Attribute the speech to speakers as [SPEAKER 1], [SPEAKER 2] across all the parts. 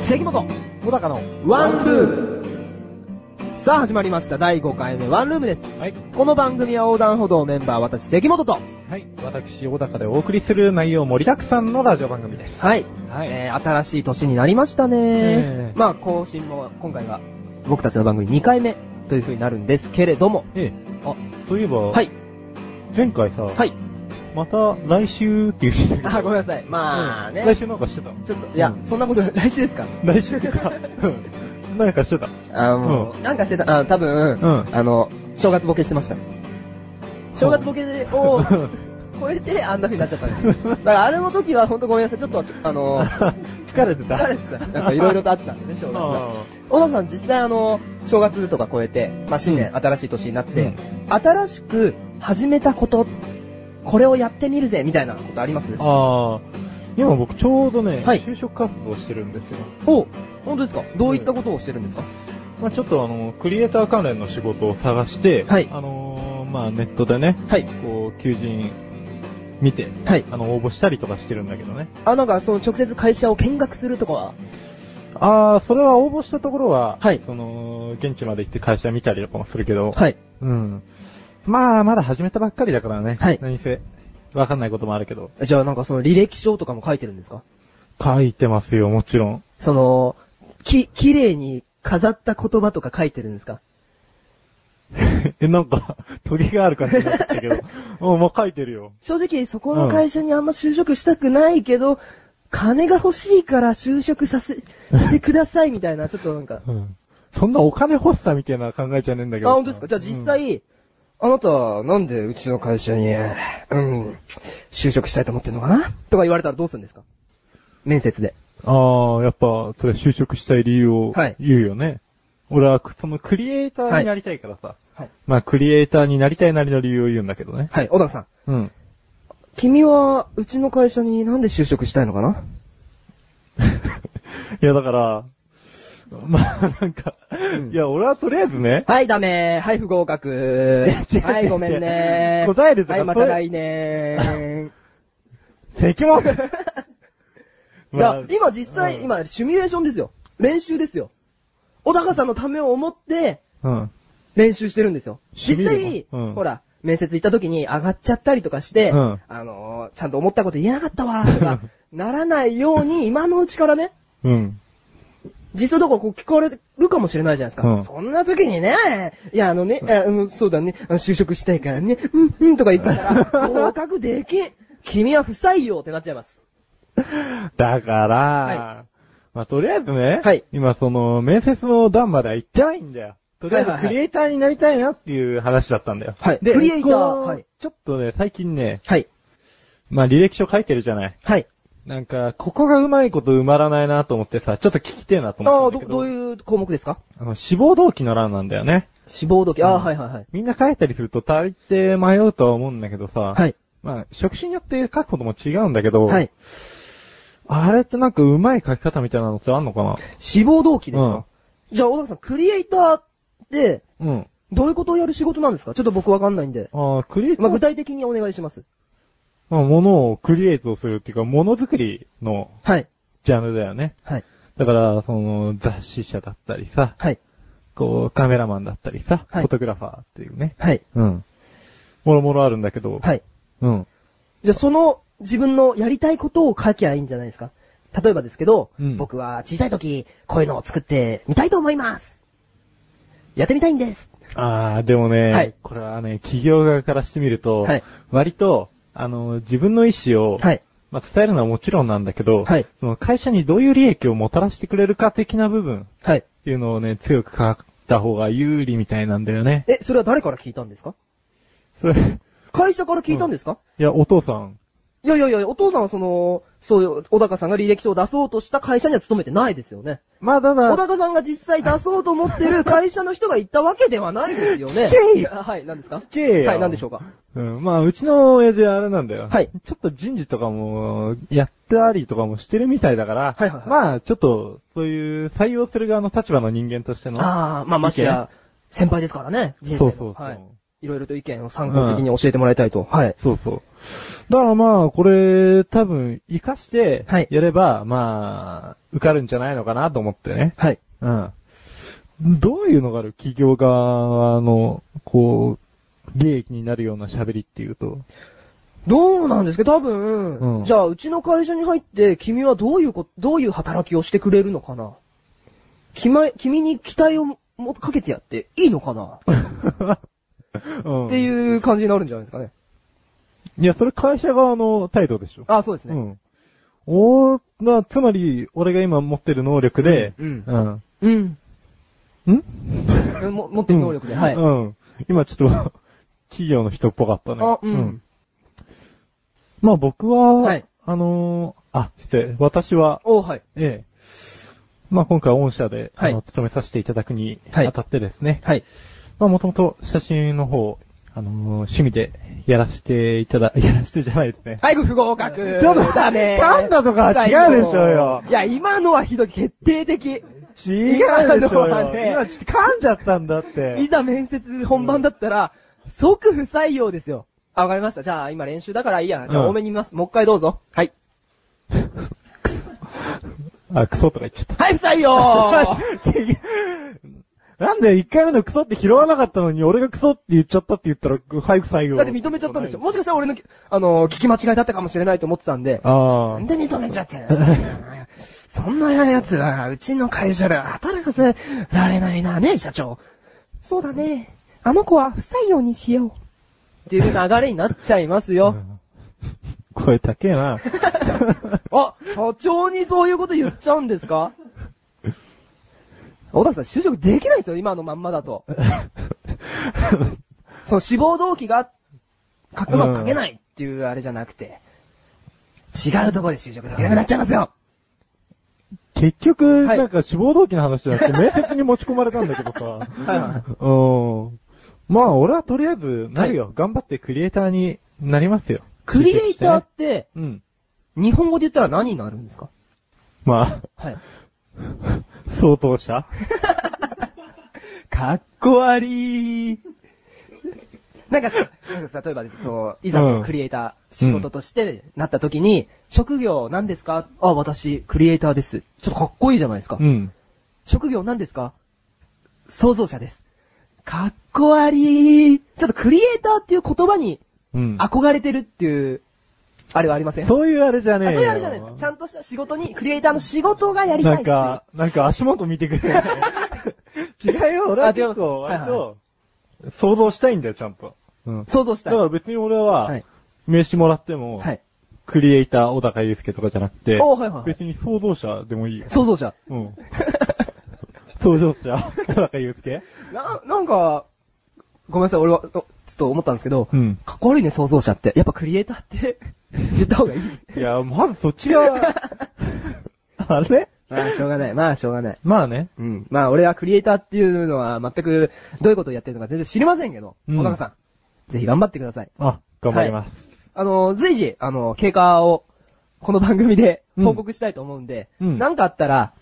[SPEAKER 1] 関本、小高のワンルーム。さあ始まりました。第5回目、ワンルームです。
[SPEAKER 2] はい。
[SPEAKER 1] この番組は横断歩道メンバー、私、関本と、
[SPEAKER 2] はい。私、小高でお送りする内容盛りだくさんのラジオ番組です。
[SPEAKER 1] はい。
[SPEAKER 2] はい
[SPEAKER 1] えー、新しい年になりましたね、
[SPEAKER 2] ええ
[SPEAKER 1] まあ、更新も、今回が、僕たちの番組2回目という風になるんですけれども、
[SPEAKER 2] ええ。あ、そういえば、
[SPEAKER 1] はい、
[SPEAKER 2] 前回さ、
[SPEAKER 1] はい。
[SPEAKER 2] また来週っていうし
[SPEAKER 1] あ、ごめんなさい。まあね。
[SPEAKER 2] 来週なんかしてた。
[SPEAKER 1] ちょっと、いや、
[SPEAKER 2] うん
[SPEAKER 1] そんなこと、来週ですか
[SPEAKER 2] 来週って か、うんなんかしてた。
[SPEAKER 1] あの、
[SPEAKER 2] う
[SPEAKER 1] なんかしてた、あ、多
[SPEAKER 2] う
[SPEAKER 1] 分、
[SPEAKER 2] ん
[SPEAKER 1] あの、正月ボケしてました。正月ボケを超えて、あんな風になっちゃったんです。だから、あれの時は、ほんとごめんなさい。ちょっと、あの、
[SPEAKER 2] 疲れてた。
[SPEAKER 1] 疲れてた。なんか、いろいろとあったんでね、正月は。小田さん、実際あの、正月とか超えて、まあ、新年、
[SPEAKER 2] う
[SPEAKER 1] 新しい年になって、
[SPEAKER 2] うん
[SPEAKER 1] 新しく始めたこと、これをやってみるぜ、みたいなことあります
[SPEAKER 2] ああ。今僕ちょうどね、
[SPEAKER 1] はい
[SPEAKER 2] 就職活動してるんですよ。
[SPEAKER 1] お本当ですかどういったことをしてるんですか、
[SPEAKER 2] まあちょっとあの、クリエイター関連の仕事を探して、
[SPEAKER 1] はい
[SPEAKER 2] あのーまあネットでね、
[SPEAKER 1] はい。
[SPEAKER 2] こう、求人見て、
[SPEAKER 1] はい。
[SPEAKER 2] あの、応募したりとかしてるんだけどね。
[SPEAKER 1] あ、なんか、その、直接会社を見学するとかは、
[SPEAKER 2] ああ、それは応募したところは、
[SPEAKER 1] はい
[SPEAKER 2] その、現地まで行って会社見たりとかもするけど、
[SPEAKER 1] はい。
[SPEAKER 2] うん。まあ、まだ始めたばっかりだからね。
[SPEAKER 1] はい
[SPEAKER 2] 何せ、わかんないこともあるけど。
[SPEAKER 1] じゃあ、なんか、その、履歴書とかも書いてるんですか
[SPEAKER 2] 書いてますよ、もちろん。
[SPEAKER 1] その、き、綺麗に飾った言葉とか書いてるんですか
[SPEAKER 2] え、なんか、鳥がある感じになってきたけ ど。うん、もう書いてるよ。
[SPEAKER 1] 正直、そこの会社にあんま就職したくないけど、金が欲しいから就職さ せてくださいみたいな、ちょっと なんか。
[SPEAKER 2] うん。そんなお金欲しさみたいな考えじゃねえんだけど。
[SPEAKER 1] あ、本当ですかじゃあ実際、あなた、なんでうちの会社に、うん、就職したいと思ってんのかなとか言われたらどうするんですか面接で。
[SPEAKER 2] ああ、やっぱ、それ就職したい理由を
[SPEAKER 1] はい
[SPEAKER 2] 言うよね。俺は、そのクリエイターになりたいからさ。
[SPEAKER 1] はい。
[SPEAKER 2] まあ、クリエイターになりたいなりの理由を言うんだけどね。
[SPEAKER 1] はい、小田さん。
[SPEAKER 2] うん。
[SPEAKER 1] 君は、うちの会社になんで就職したいのかない
[SPEAKER 2] や、だから、まあ、なんか、
[SPEAKER 1] ん
[SPEAKER 2] いや、俺はとりあえずね、
[SPEAKER 1] はい、ダメはい、不合格
[SPEAKER 2] いや違う違う違う
[SPEAKER 1] はい、ごめんね
[SPEAKER 2] 答えるとか
[SPEAKER 1] はい、また
[SPEAKER 2] そういう
[SPEAKER 1] 来年
[SPEAKER 2] 関門
[SPEAKER 1] いや
[SPEAKER 2] まあ、
[SPEAKER 1] 今実際、
[SPEAKER 2] うん
[SPEAKER 1] 今、シミュレーションですよ。練習ですよ。小高さんのためを思って、
[SPEAKER 2] うん。
[SPEAKER 1] 練習してるんですよ。
[SPEAKER 2] シミ
[SPEAKER 1] 実
[SPEAKER 2] ュレ
[SPEAKER 1] 際、
[SPEAKER 2] うん
[SPEAKER 1] ほら、面接行った時に上がっちゃったりとかして、
[SPEAKER 2] うん
[SPEAKER 1] あのーちゃんと思ったこと言えなかったわ、とか、ならないように、今のうちからね、
[SPEAKER 2] うん。
[SPEAKER 1] 実際だからこう聞かれるかもしれないじゃないですか。
[SPEAKER 2] うん
[SPEAKER 1] そんな時にね、いや、あのね、ああの、そうだね、あの就職したいからね、うん、うん、とか言ってた ら、合格できん。君は不採用ってなっちゃいます。
[SPEAKER 2] だから、
[SPEAKER 1] は
[SPEAKER 2] まあ、とりあえずね、
[SPEAKER 1] はい
[SPEAKER 2] 今、その、面接の段までは行ってないんだよ。とりあえ
[SPEAKER 1] はいはい
[SPEAKER 2] ず、
[SPEAKER 1] は
[SPEAKER 2] ク
[SPEAKER 1] い
[SPEAKER 2] リエイターになりたいなっていう話だったんだよ。
[SPEAKER 1] はい
[SPEAKER 2] で、
[SPEAKER 1] クリエイター
[SPEAKER 2] こう
[SPEAKER 1] はい
[SPEAKER 2] ちょっとね、最近ね、
[SPEAKER 1] はい。
[SPEAKER 2] まあ、履歴書書いてるじゃない。
[SPEAKER 1] はい。
[SPEAKER 2] なんか、ここがうまいこと埋まらないなと思ってさ、ちょっと聞きてえなと
[SPEAKER 1] ああ、
[SPEAKER 2] 思
[SPEAKER 1] ど、
[SPEAKER 2] ったんだけ
[SPEAKER 1] ど
[SPEAKER 2] ど、
[SPEAKER 1] ういう項目ですか
[SPEAKER 2] あの、志望動機の欄なんだよね。
[SPEAKER 1] 志望時。ああ、はいはいはい。
[SPEAKER 2] みんな書いたりすると大抵迷うとは思うんだけどさ、
[SPEAKER 1] はい。
[SPEAKER 2] まあ、職種によって書くことも違うんだけど、
[SPEAKER 1] はい。
[SPEAKER 2] あれってなんかうまい書き方みたいなのってあんのかな
[SPEAKER 1] 志望動機ですか、じゃあ、小高さん、クリエイターって、
[SPEAKER 2] うん。
[SPEAKER 1] どういうことをやる仕事なんですかちょっと僕わかんないんで。
[SPEAKER 2] ああ、クリエイタ
[SPEAKER 1] まあ、
[SPEAKER 2] ー
[SPEAKER 1] 具、体的にお願いします。
[SPEAKER 2] まあ、ものをクリエイトするっていうか、ものづくりの
[SPEAKER 1] はい。
[SPEAKER 2] ジャンルだよね。
[SPEAKER 1] はい。
[SPEAKER 2] だから、その、雑誌社だったりさ、
[SPEAKER 1] はい。
[SPEAKER 2] こう、カメラマンだったりさ、
[SPEAKER 1] はい
[SPEAKER 2] フォトグラファーっていうね。
[SPEAKER 1] はい。
[SPEAKER 2] うん。もろもろあるんだけど、
[SPEAKER 1] はい。
[SPEAKER 2] うん。
[SPEAKER 1] じゃあ、その自分のやりたいことを書きゃいいんじゃないですか例えばですけど、
[SPEAKER 2] うん
[SPEAKER 1] 僕は小さい時、こういうのを作ってみたいと思います。やってみたいんです。
[SPEAKER 2] ああ、でもね、
[SPEAKER 1] はい
[SPEAKER 2] これはね、企業側からしてみると、
[SPEAKER 1] はい
[SPEAKER 2] 割と、あの、自分の意思を、
[SPEAKER 1] はい。
[SPEAKER 2] まあ、伝えるのはもちろんなんだけど、
[SPEAKER 1] はい
[SPEAKER 2] その会社にどういう利益をもたらしてくれるか的な部分っ
[SPEAKER 1] はい。
[SPEAKER 2] ていうのをね、強く書った方が有利みたいなんだよね。
[SPEAKER 1] え、それは誰から聞いたんですか
[SPEAKER 2] それ、い
[SPEAKER 1] 会社から聞いたんですか、
[SPEAKER 2] や、お父さん。
[SPEAKER 1] いやいやいや、お父さんはその、そういう、小高さんが履歴書を出そうとした会社には勤めてないですよね。
[SPEAKER 2] まあ、ただ、
[SPEAKER 1] 小高さんが実際出そうと思ってる会社の人が言ったわけではないですよね。
[SPEAKER 2] 聞けよ
[SPEAKER 1] あはい、何ですか
[SPEAKER 2] けえよ
[SPEAKER 1] はい、何でしょうか
[SPEAKER 2] うん、まあ、うちの親父はあれなんだよ。
[SPEAKER 1] はい
[SPEAKER 2] ちょっと人事とかも、やったりとかもしてるみたいだから、
[SPEAKER 1] はいはいはい
[SPEAKER 2] まあ、ちょっと、そういう採用する側の立場の人間としての、
[SPEAKER 1] ああ、まあましてや、先輩ですからね、人生の
[SPEAKER 2] そうそうそう
[SPEAKER 1] はい。いろいろと意見を参考的に教えてもらいたいと。はい。
[SPEAKER 2] そうそう。だからまあ、これ、多分、活かして
[SPEAKER 1] はい、
[SPEAKER 2] やれば、まあ、受かるんじゃないのかなと思ってね。
[SPEAKER 1] はい。
[SPEAKER 2] うん。どういうのがある企業側の、こう、利益になるような喋りっていうと。
[SPEAKER 1] どうなんですか多分、
[SPEAKER 2] うん
[SPEAKER 1] じゃあ、うちの会社に入って、君はどういうこ、どういう働きをしてくれるのかな君は、君に期待をもかけてやっていいのかな、
[SPEAKER 2] うん
[SPEAKER 1] って
[SPEAKER 2] う。
[SPEAKER 1] いう感じになるんじゃないですかね。
[SPEAKER 2] いや、それ会社側の態度でしょ。
[SPEAKER 1] あ、そうです
[SPEAKER 2] う
[SPEAKER 1] ね。
[SPEAKER 2] ん。おー、まあ、つまり、俺が今持ってる能力で、
[SPEAKER 1] うん
[SPEAKER 2] うん。
[SPEAKER 1] うん。
[SPEAKER 2] ん
[SPEAKER 1] も持ってる能力で、はい。
[SPEAKER 2] うん。今ちょっと、 企業の人っぽかったね。
[SPEAKER 1] あ、うん。。
[SPEAKER 2] まあ僕は、
[SPEAKER 1] はい
[SPEAKER 2] あのーあ、失礼、私は、
[SPEAKER 1] おはい。
[SPEAKER 2] ええ。まあ今回御社で、
[SPEAKER 1] はい
[SPEAKER 2] あの、勤めさせていただくに、
[SPEAKER 1] はい
[SPEAKER 2] あたってですね、
[SPEAKER 1] はい。
[SPEAKER 2] まあもともと写真の方、あのー趣味でやらせていただ、 やらせてじゃないですね。
[SPEAKER 1] はい、不合格。
[SPEAKER 2] ちょっと待って
[SPEAKER 1] ダメ。
[SPEAKER 2] パンダとかは違うでしょうよ
[SPEAKER 1] いや、今のはひどい。決定的。
[SPEAKER 2] 違うでしょ
[SPEAKER 1] 今のは
[SPEAKER 2] よ。
[SPEAKER 1] ね
[SPEAKER 2] 今ちょっと噛んじゃったんだって。
[SPEAKER 1] いざ面接本番だったら、即不採用ですよ。あ、わかりました。じゃあ、今練習だからいいや。じゃ
[SPEAKER 2] う
[SPEAKER 1] あ、
[SPEAKER 2] ん
[SPEAKER 1] 多めに見ます。もう一回どうぞ。はい。
[SPEAKER 2] あ、クソとか言っちゃった。
[SPEAKER 1] はい、不採 用
[SPEAKER 2] 違うなんで一回目のクソって拾わなかったのに、俺がクソって言っちゃったって言ったら、早く採用。
[SPEAKER 1] だって認めちゃったんでしょ。もしかしたら俺の、あのー、聞き間違いだったかもしれないと思ってたんで。
[SPEAKER 2] あ
[SPEAKER 1] なんで認めちゃってんのそんなやつは、うちの会社では働かせられないな、ね、社長。そうだね。あの子は不採用にしよう。っていう流れになっちゃいます
[SPEAKER 2] あ
[SPEAKER 1] よ。
[SPEAKER 2] これ高え な。
[SPEAKER 1] あ、社長にそういうこと言っちゃうんですか小田さん、就職できないですよ、今のまんまだと。その志望動機が、書くの書けないっていうあれじゃなくて、違うところで就職できなくなっちゃいますよ
[SPEAKER 2] 結局、
[SPEAKER 1] はい
[SPEAKER 2] なんか志望動機の話じ ゃなくて、面接に持ち込まれたんだけどさ。
[SPEAKER 1] はいはい
[SPEAKER 2] うん。まあ、俺はとりあえず、なるよ、頑張ってクリエイターになりますよ。
[SPEAKER 1] クリエイター
[SPEAKER 2] 就
[SPEAKER 1] っ
[SPEAKER 2] 職してね
[SPEAKER 1] て、
[SPEAKER 2] うん。
[SPEAKER 1] 日本語で言ったら何になるんですか
[SPEAKER 2] ま
[SPEAKER 1] はい。
[SPEAKER 2] あ、相当者
[SPEAKER 1] かっこ悪い。なんかさ、なんかさ例えばです、そう、いざそのクリエイター、仕事としてなった時に、職業何ですかあ、私、クリエイターです。ちょっとかっこいいじゃないですか。
[SPEAKER 2] うん。
[SPEAKER 1] 職業何ですか創造者です。かっこ悪い。ちょっとクリエイターっていう言葉に
[SPEAKER 2] うん。
[SPEAKER 1] 憧れてるっていう、あれはありません
[SPEAKER 2] そういうあれじゃね
[SPEAKER 1] あ
[SPEAKER 2] えよ。
[SPEAKER 1] そういうあれじゃないですか。ちゃんとした仕事に、クリエイターの仕事がやりたい
[SPEAKER 2] な
[SPEAKER 1] って
[SPEAKER 2] ん
[SPEAKER 1] いう。
[SPEAKER 2] か、なんか足元見てくれ ない。違うよ、俺
[SPEAKER 1] あ
[SPEAKER 2] は
[SPEAKER 1] 違います
[SPEAKER 2] 結構割
[SPEAKER 1] はいは
[SPEAKER 2] と、想像したいんだよ、ちゃんと。うん。
[SPEAKER 1] 想像し
[SPEAKER 2] だ
[SPEAKER 1] た
[SPEAKER 2] か
[SPEAKER 1] い。
[SPEAKER 2] ら別に俺は
[SPEAKER 1] はい、
[SPEAKER 2] 名刺もらっても、
[SPEAKER 1] はい。
[SPEAKER 2] クリエイター小高祐介とかじゃなくて、
[SPEAKER 1] おはいはいはい。
[SPEAKER 2] 別に創造者でもいいよ。
[SPEAKER 1] 創 造者。
[SPEAKER 2] うん。創造者小高祐介
[SPEAKER 1] な、なんか、ごめんなさい、俺は、おちょっと思ったんですけど、
[SPEAKER 2] うん。
[SPEAKER 1] かっこ悪いね、創造者って。やっぱクリエイターって、 言った方がいい。
[SPEAKER 2] いや、まずそっちが、あれ
[SPEAKER 1] まあ、しょうがない。まあ、しょうがない。
[SPEAKER 2] まあね。
[SPEAKER 1] うん。まあ、俺はクリエイターっていうのは全く、どういうことをやってるのか全然知りませんけど、
[SPEAKER 2] うん
[SPEAKER 1] 小高さん、ぜひ頑張ってください。
[SPEAKER 2] あ、頑張ります。
[SPEAKER 1] あの、随時、あの、経過を、この番組で
[SPEAKER 2] うん
[SPEAKER 1] 報告したいと思うんで、
[SPEAKER 2] うん
[SPEAKER 1] なんかあったら、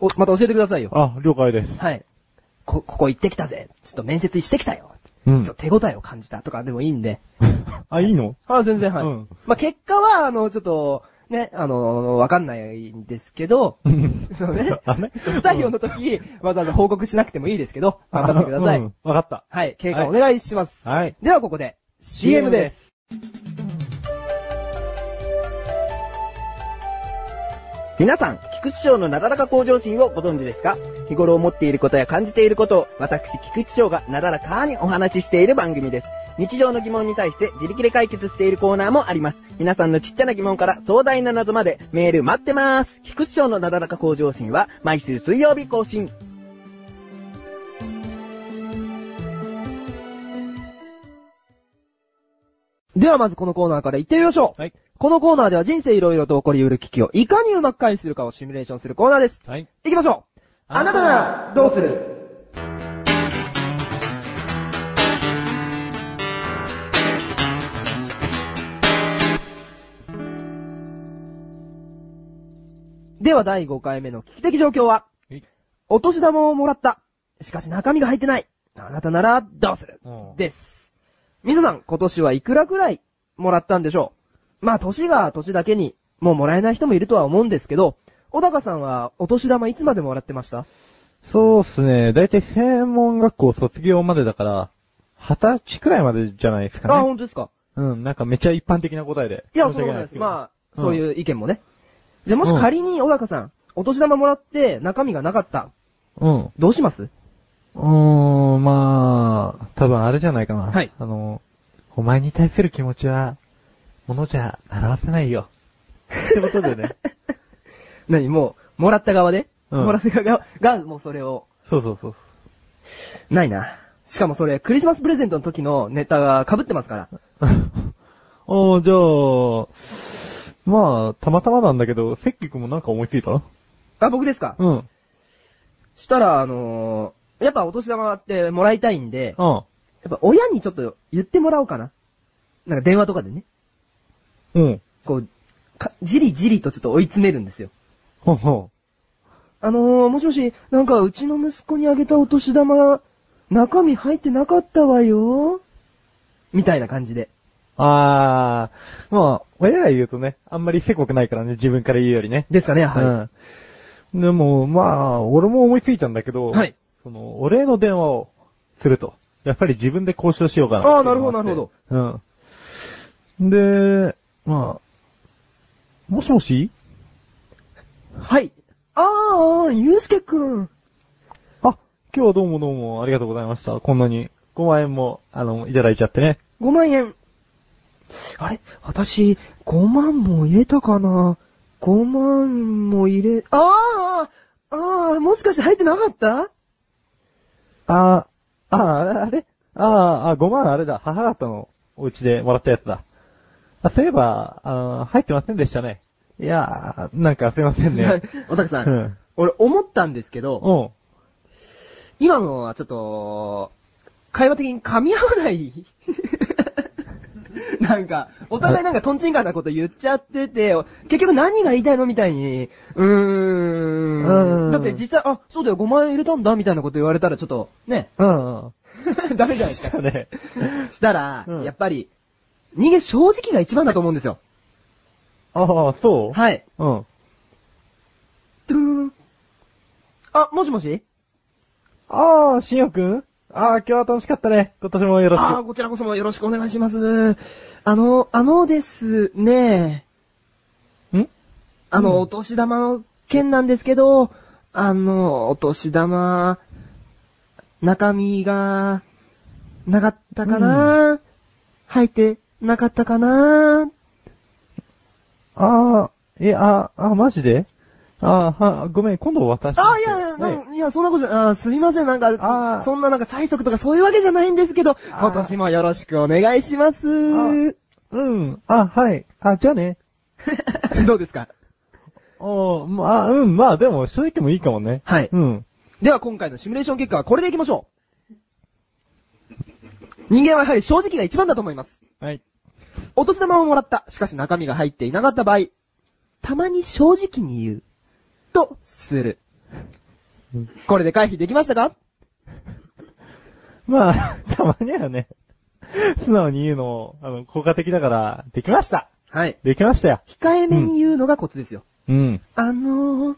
[SPEAKER 1] お、また教えてくださいよ。
[SPEAKER 2] あ、了解です。
[SPEAKER 1] はい。こ、ここ行ってきたぜ。ちょっと面接してきたよ。
[SPEAKER 2] う
[SPEAKER 1] ちょ
[SPEAKER 2] ん
[SPEAKER 1] っと。手応えを感じたとかでもいいんで、
[SPEAKER 2] あ、いい の
[SPEAKER 1] あ、全然はい。
[SPEAKER 2] うん
[SPEAKER 1] まあ、結果は、あの、ちょっと、ね、あの、わかんないんですけど、
[SPEAKER 2] うん
[SPEAKER 1] そう ね。
[SPEAKER 2] あね
[SPEAKER 1] 不採用の時、わざわざ報告しなくてもいいですけど、頑張ってください。
[SPEAKER 2] うんわかった。
[SPEAKER 1] はい、経過お願いします。
[SPEAKER 2] はい。
[SPEAKER 1] ではここで、CM です。
[SPEAKER 3] 皆さん、菊池賞のなだらか向上心をご存知ですか日頃思っていることや感じていることを、私、菊池賞がなだらかにお話ししている番組です。日常の疑問に対して自力で解決しているコーナーもあります。皆さんのちっちゃな疑問から壮大な謎までメール待ってます。菊池賞のなだらか向上心は毎週水曜日更新。
[SPEAKER 1] ではまずこのコーナーから行ってみましょう。
[SPEAKER 2] はい。
[SPEAKER 1] このコーナーでは人生いろいろと起こりうる危機をいかにうまく回避するかをシミュレーションするコーナーです。
[SPEAKER 2] はい。
[SPEAKER 1] 行きましょうあなたならどうするでは第5回目の危機的状況は
[SPEAKER 2] はい、
[SPEAKER 1] お年玉をもらった。しかし中身が入ってない。あなたならどうする
[SPEAKER 2] うん
[SPEAKER 1] です。みぞさん、今年はいくらくらいもらったんでしょうまあ、年が年だけに、もうもらえない人もいるとは思うんですけど、小高さんはお年玉いつまでもらってました
[SPEAKER 2] そうっすね。だいたい専門学校卒業までだから、二十歳くらいまでじゃないですかね。
[SPEAKER 1] あ、本当ですか
[SPEAKER 2] うん、なんかめっちゃ一般的な答えで。
[SPEAKER 1] いや、そうなんです。
[SPEAKER 2] ま
[SPEAKER 1] まあ、そういう意見もね。じゃあ、もし仮に小高さん、お年玉もらって中身がなかった、
[SPEAKER 2] あ。うん。う
[SPEAKER 1] どうします
[SPEAKER 2] ーん、まあ、多分あれじゃないかな。
[SPEAKER 1] はい
[SPEAKER 2] あの、お前に対する気持ちは、ものじゃ表せないよ。ってことでね。
[SPEAKER 1] 何もう、もらった側で、
[SPEAKER 2] うん
[SPEAKER 1] もらった側が、もうそれを、
[SPEAKER 2] そうそう そう。
[SPEAKER 1] ないな。しかもそれ、クリスマスプレゼントの時のネタが被ってますから。
[SPEAKER 2] ああ、じゃあ、まあ、たまたまなんだけど、関君もなんか思いついた
[SPEAKER 1] あ、僕ですか
[SPEAKER 2] うん。
[SPEAKER 1] したら、あのーやっぱお年玉ってもらいたいんで、や
[SPEAKER 2] あ
[SPEAKER 1] っぱ親にちょっと言ってもらおうかな。なんか電話とかでね、
[SPEAKER 2] うん。
[SPEAKER 1] こう、かじりじりとちょっと追い詰めるんですよ。
[SPEAKER 2] ほんほ
[SPEAKER 1] あのー、もしもし、なんかうちの息子にあげたお年玉、中身入ってなかったわよ。みたいな感じで。
[SPEAKER 2] ん。ああ、まあ、親が言うとね、あんまりせこくないからね、自分から言うよりね。
[SPEAKER 1] ですかね、は
[SPEAKER 2] うん。でも、まあ、俺も思いついたんだけど、
[SPEAKER 1] はい
[SPEAKER 2] その、お礼の電話をすると。やっぱり自分で交渉しようかな。
[SPEAKER 1] あーなるほどなるほ
[SPEAKER 2] ど。うん。で、まあ、もしもし
[SPEAKER 1] い。はい。あー、ゆうすけくん。
[SPEAKER 2] あ、今日はどうもどうもありがとうございました。こんなに5万円も、あの、いただいちゃってね。
[SPEAKER 1] 5万円。あれ私、5万も入れたかな ?5 万も入れ、あーあー、もしかして入ってなかった
[SPEAKER 2] ああ、ああれああ、あ5万あれだ。母方のお家でもらったやつだ。あ、そういえば、あの、入ってませんでしたね。いやー、なんかすいませんね。
[SPEAKER 1] おたく
[SPEAKER 2] う
[SPEAKER 1] さん、
[SPEAKER 2] ん。
[SPEAKER 1] 俺思ったんですけど、
[SPEAKER 2] うん。
[SPEAKER 1] 今のはちょっと、会話的に噛み合わ ない。なんか、お互いなんかトンチンカンなこと言っちゃってて、結局何が言いたいのみたいに、うー。
[SPEAKER 2] うんん
[SPEAKER 1] だって実際、あ、そうだよ、5万円入れたんだ、みたいなこと言われたらちょっと、ね、
[SPEAKER 2] うんうん。
[SPEAKER 1] ダメじゃないです か。
[SPEAKER 2] ね。
[SPEAKER 1] したら、
[SPEAKER 2] うん
[SPEAKER 1] やっぱり、人間正直が一番だと思うんですよ。
[SPEAKER 2] ああ、そう
[SPEAKER 1] はい。
[SPEAKER 2] うん。
[SPEAKER 1] トゥルルルあ、もしもし
[SPEAKER 2] ああ、しんよくんああ、今日は楽しかったね。今年もよろし
[SPEAKER 1] ああ、
[SPEAKER 2] く。
[SPEAKER 1] こちらこそもよろしくお願いします。あの、あのですね、
[SPEAKER 2] ん
[SPEAKER 1] あの、
[SPEAKER 2] うん
[SPEAKER 1] お年玉の件なんですけど、あの、お年玉、中身が、なかったかな、入ってなかったかな
[SPEAKER 2] ああ、え、ああ、マジでああ、は、ごめん、今度渡して。
[SPEAKER 1] あ、いやいや、な
[SPEAKER 2] ね
[SPEAKER 1] んいや、そんなことじゃ、あーすいません、なん
[SPEAKER 2] あ
[SPEAKER 1] か、
[SPEAKER 2] ー
[SPEAKER 1] そんななんか催促とかそういうわけじゃないんですけど、
[SPEAKER 2] ー
[SPEAKER 1] 今年もよろしくお願いします。
[SPEAKER 2] ーうん、あ、はい。あ、じゃあね。
[SPEAKER 1] どうですか
[SPEAKER 2] おー、まあ、うん、まあ、でも、正直もいいかもね。
[SPEAKER 1] はい。
[SPEAKER 2] うん。
[SPEAKER 1] では今回のシミュレーション結果はこれでいきましょう。人間はやはり正直が一番だと思います。
[SPEAKER 2] はい。
[SPEAKER 1] お年玉をもらった。しかし中身が入っていなかった場合、たまに正直に言う。と、する
[SPEAKER 2] うん。
[SPEAKER 1] これで回避できましたか
[SPEAKER 2] まあ、 たまにはね、素直に言うのも、あの、効果的だから、できました
[SPEAKER 1] はい。
[SPEAKER 2] できましたよ。
[SPEAKER 1] 控えめに言うのがコツですよ。
[SPEAKER 2] うん。
[SPEAKER 1] あのー、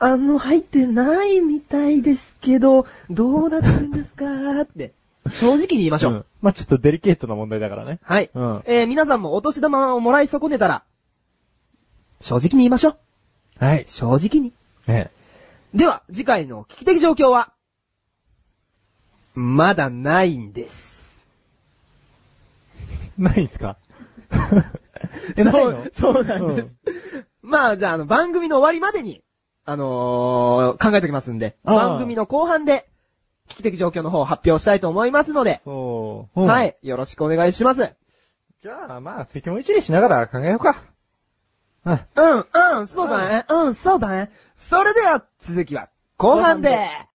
[SPEAKER 1] あの、入ってないみたいですけど、どうなってるんですかーって。正直に言いましょう。
[SPEAKER 2] んまあ、ちょっとデリケートな問題だからね。
[SPEAKER 1] はい。
[SPEAKER 2] うん
[SPEAKER 1] えー、皆さんもお年玉をもらい損ねたら、正直に言いましょう。
[SPEAKER 2] はい。
[SPEAKER 1] 正直に。
[SPEAKER 2] ね
[SPEAKER 1] では、次回の危機的状況は、まだないんです。
[SPEAKER 2] ないんす か
[SPEAKER 1] そう、そうなんです。。まあ、じゃあ、あの、番組の終わりまでに、あのー、考えておきますんで、
[SPEAKER 2] あー
[SPEAKER 1] 番組の後半で、危機的状況の方を発表したいと思いますので、
[SPEAKER 2] そう。うん
[SPEAKER 1] は。い。よろしくお願いします。
[SPEAKER 2] じゃあ、まあ、責務一理しながら考えようか。うん。
[SPEAKER 1] うん、うん、そうだね。うん、そうだね。それでは、続きは、後半で。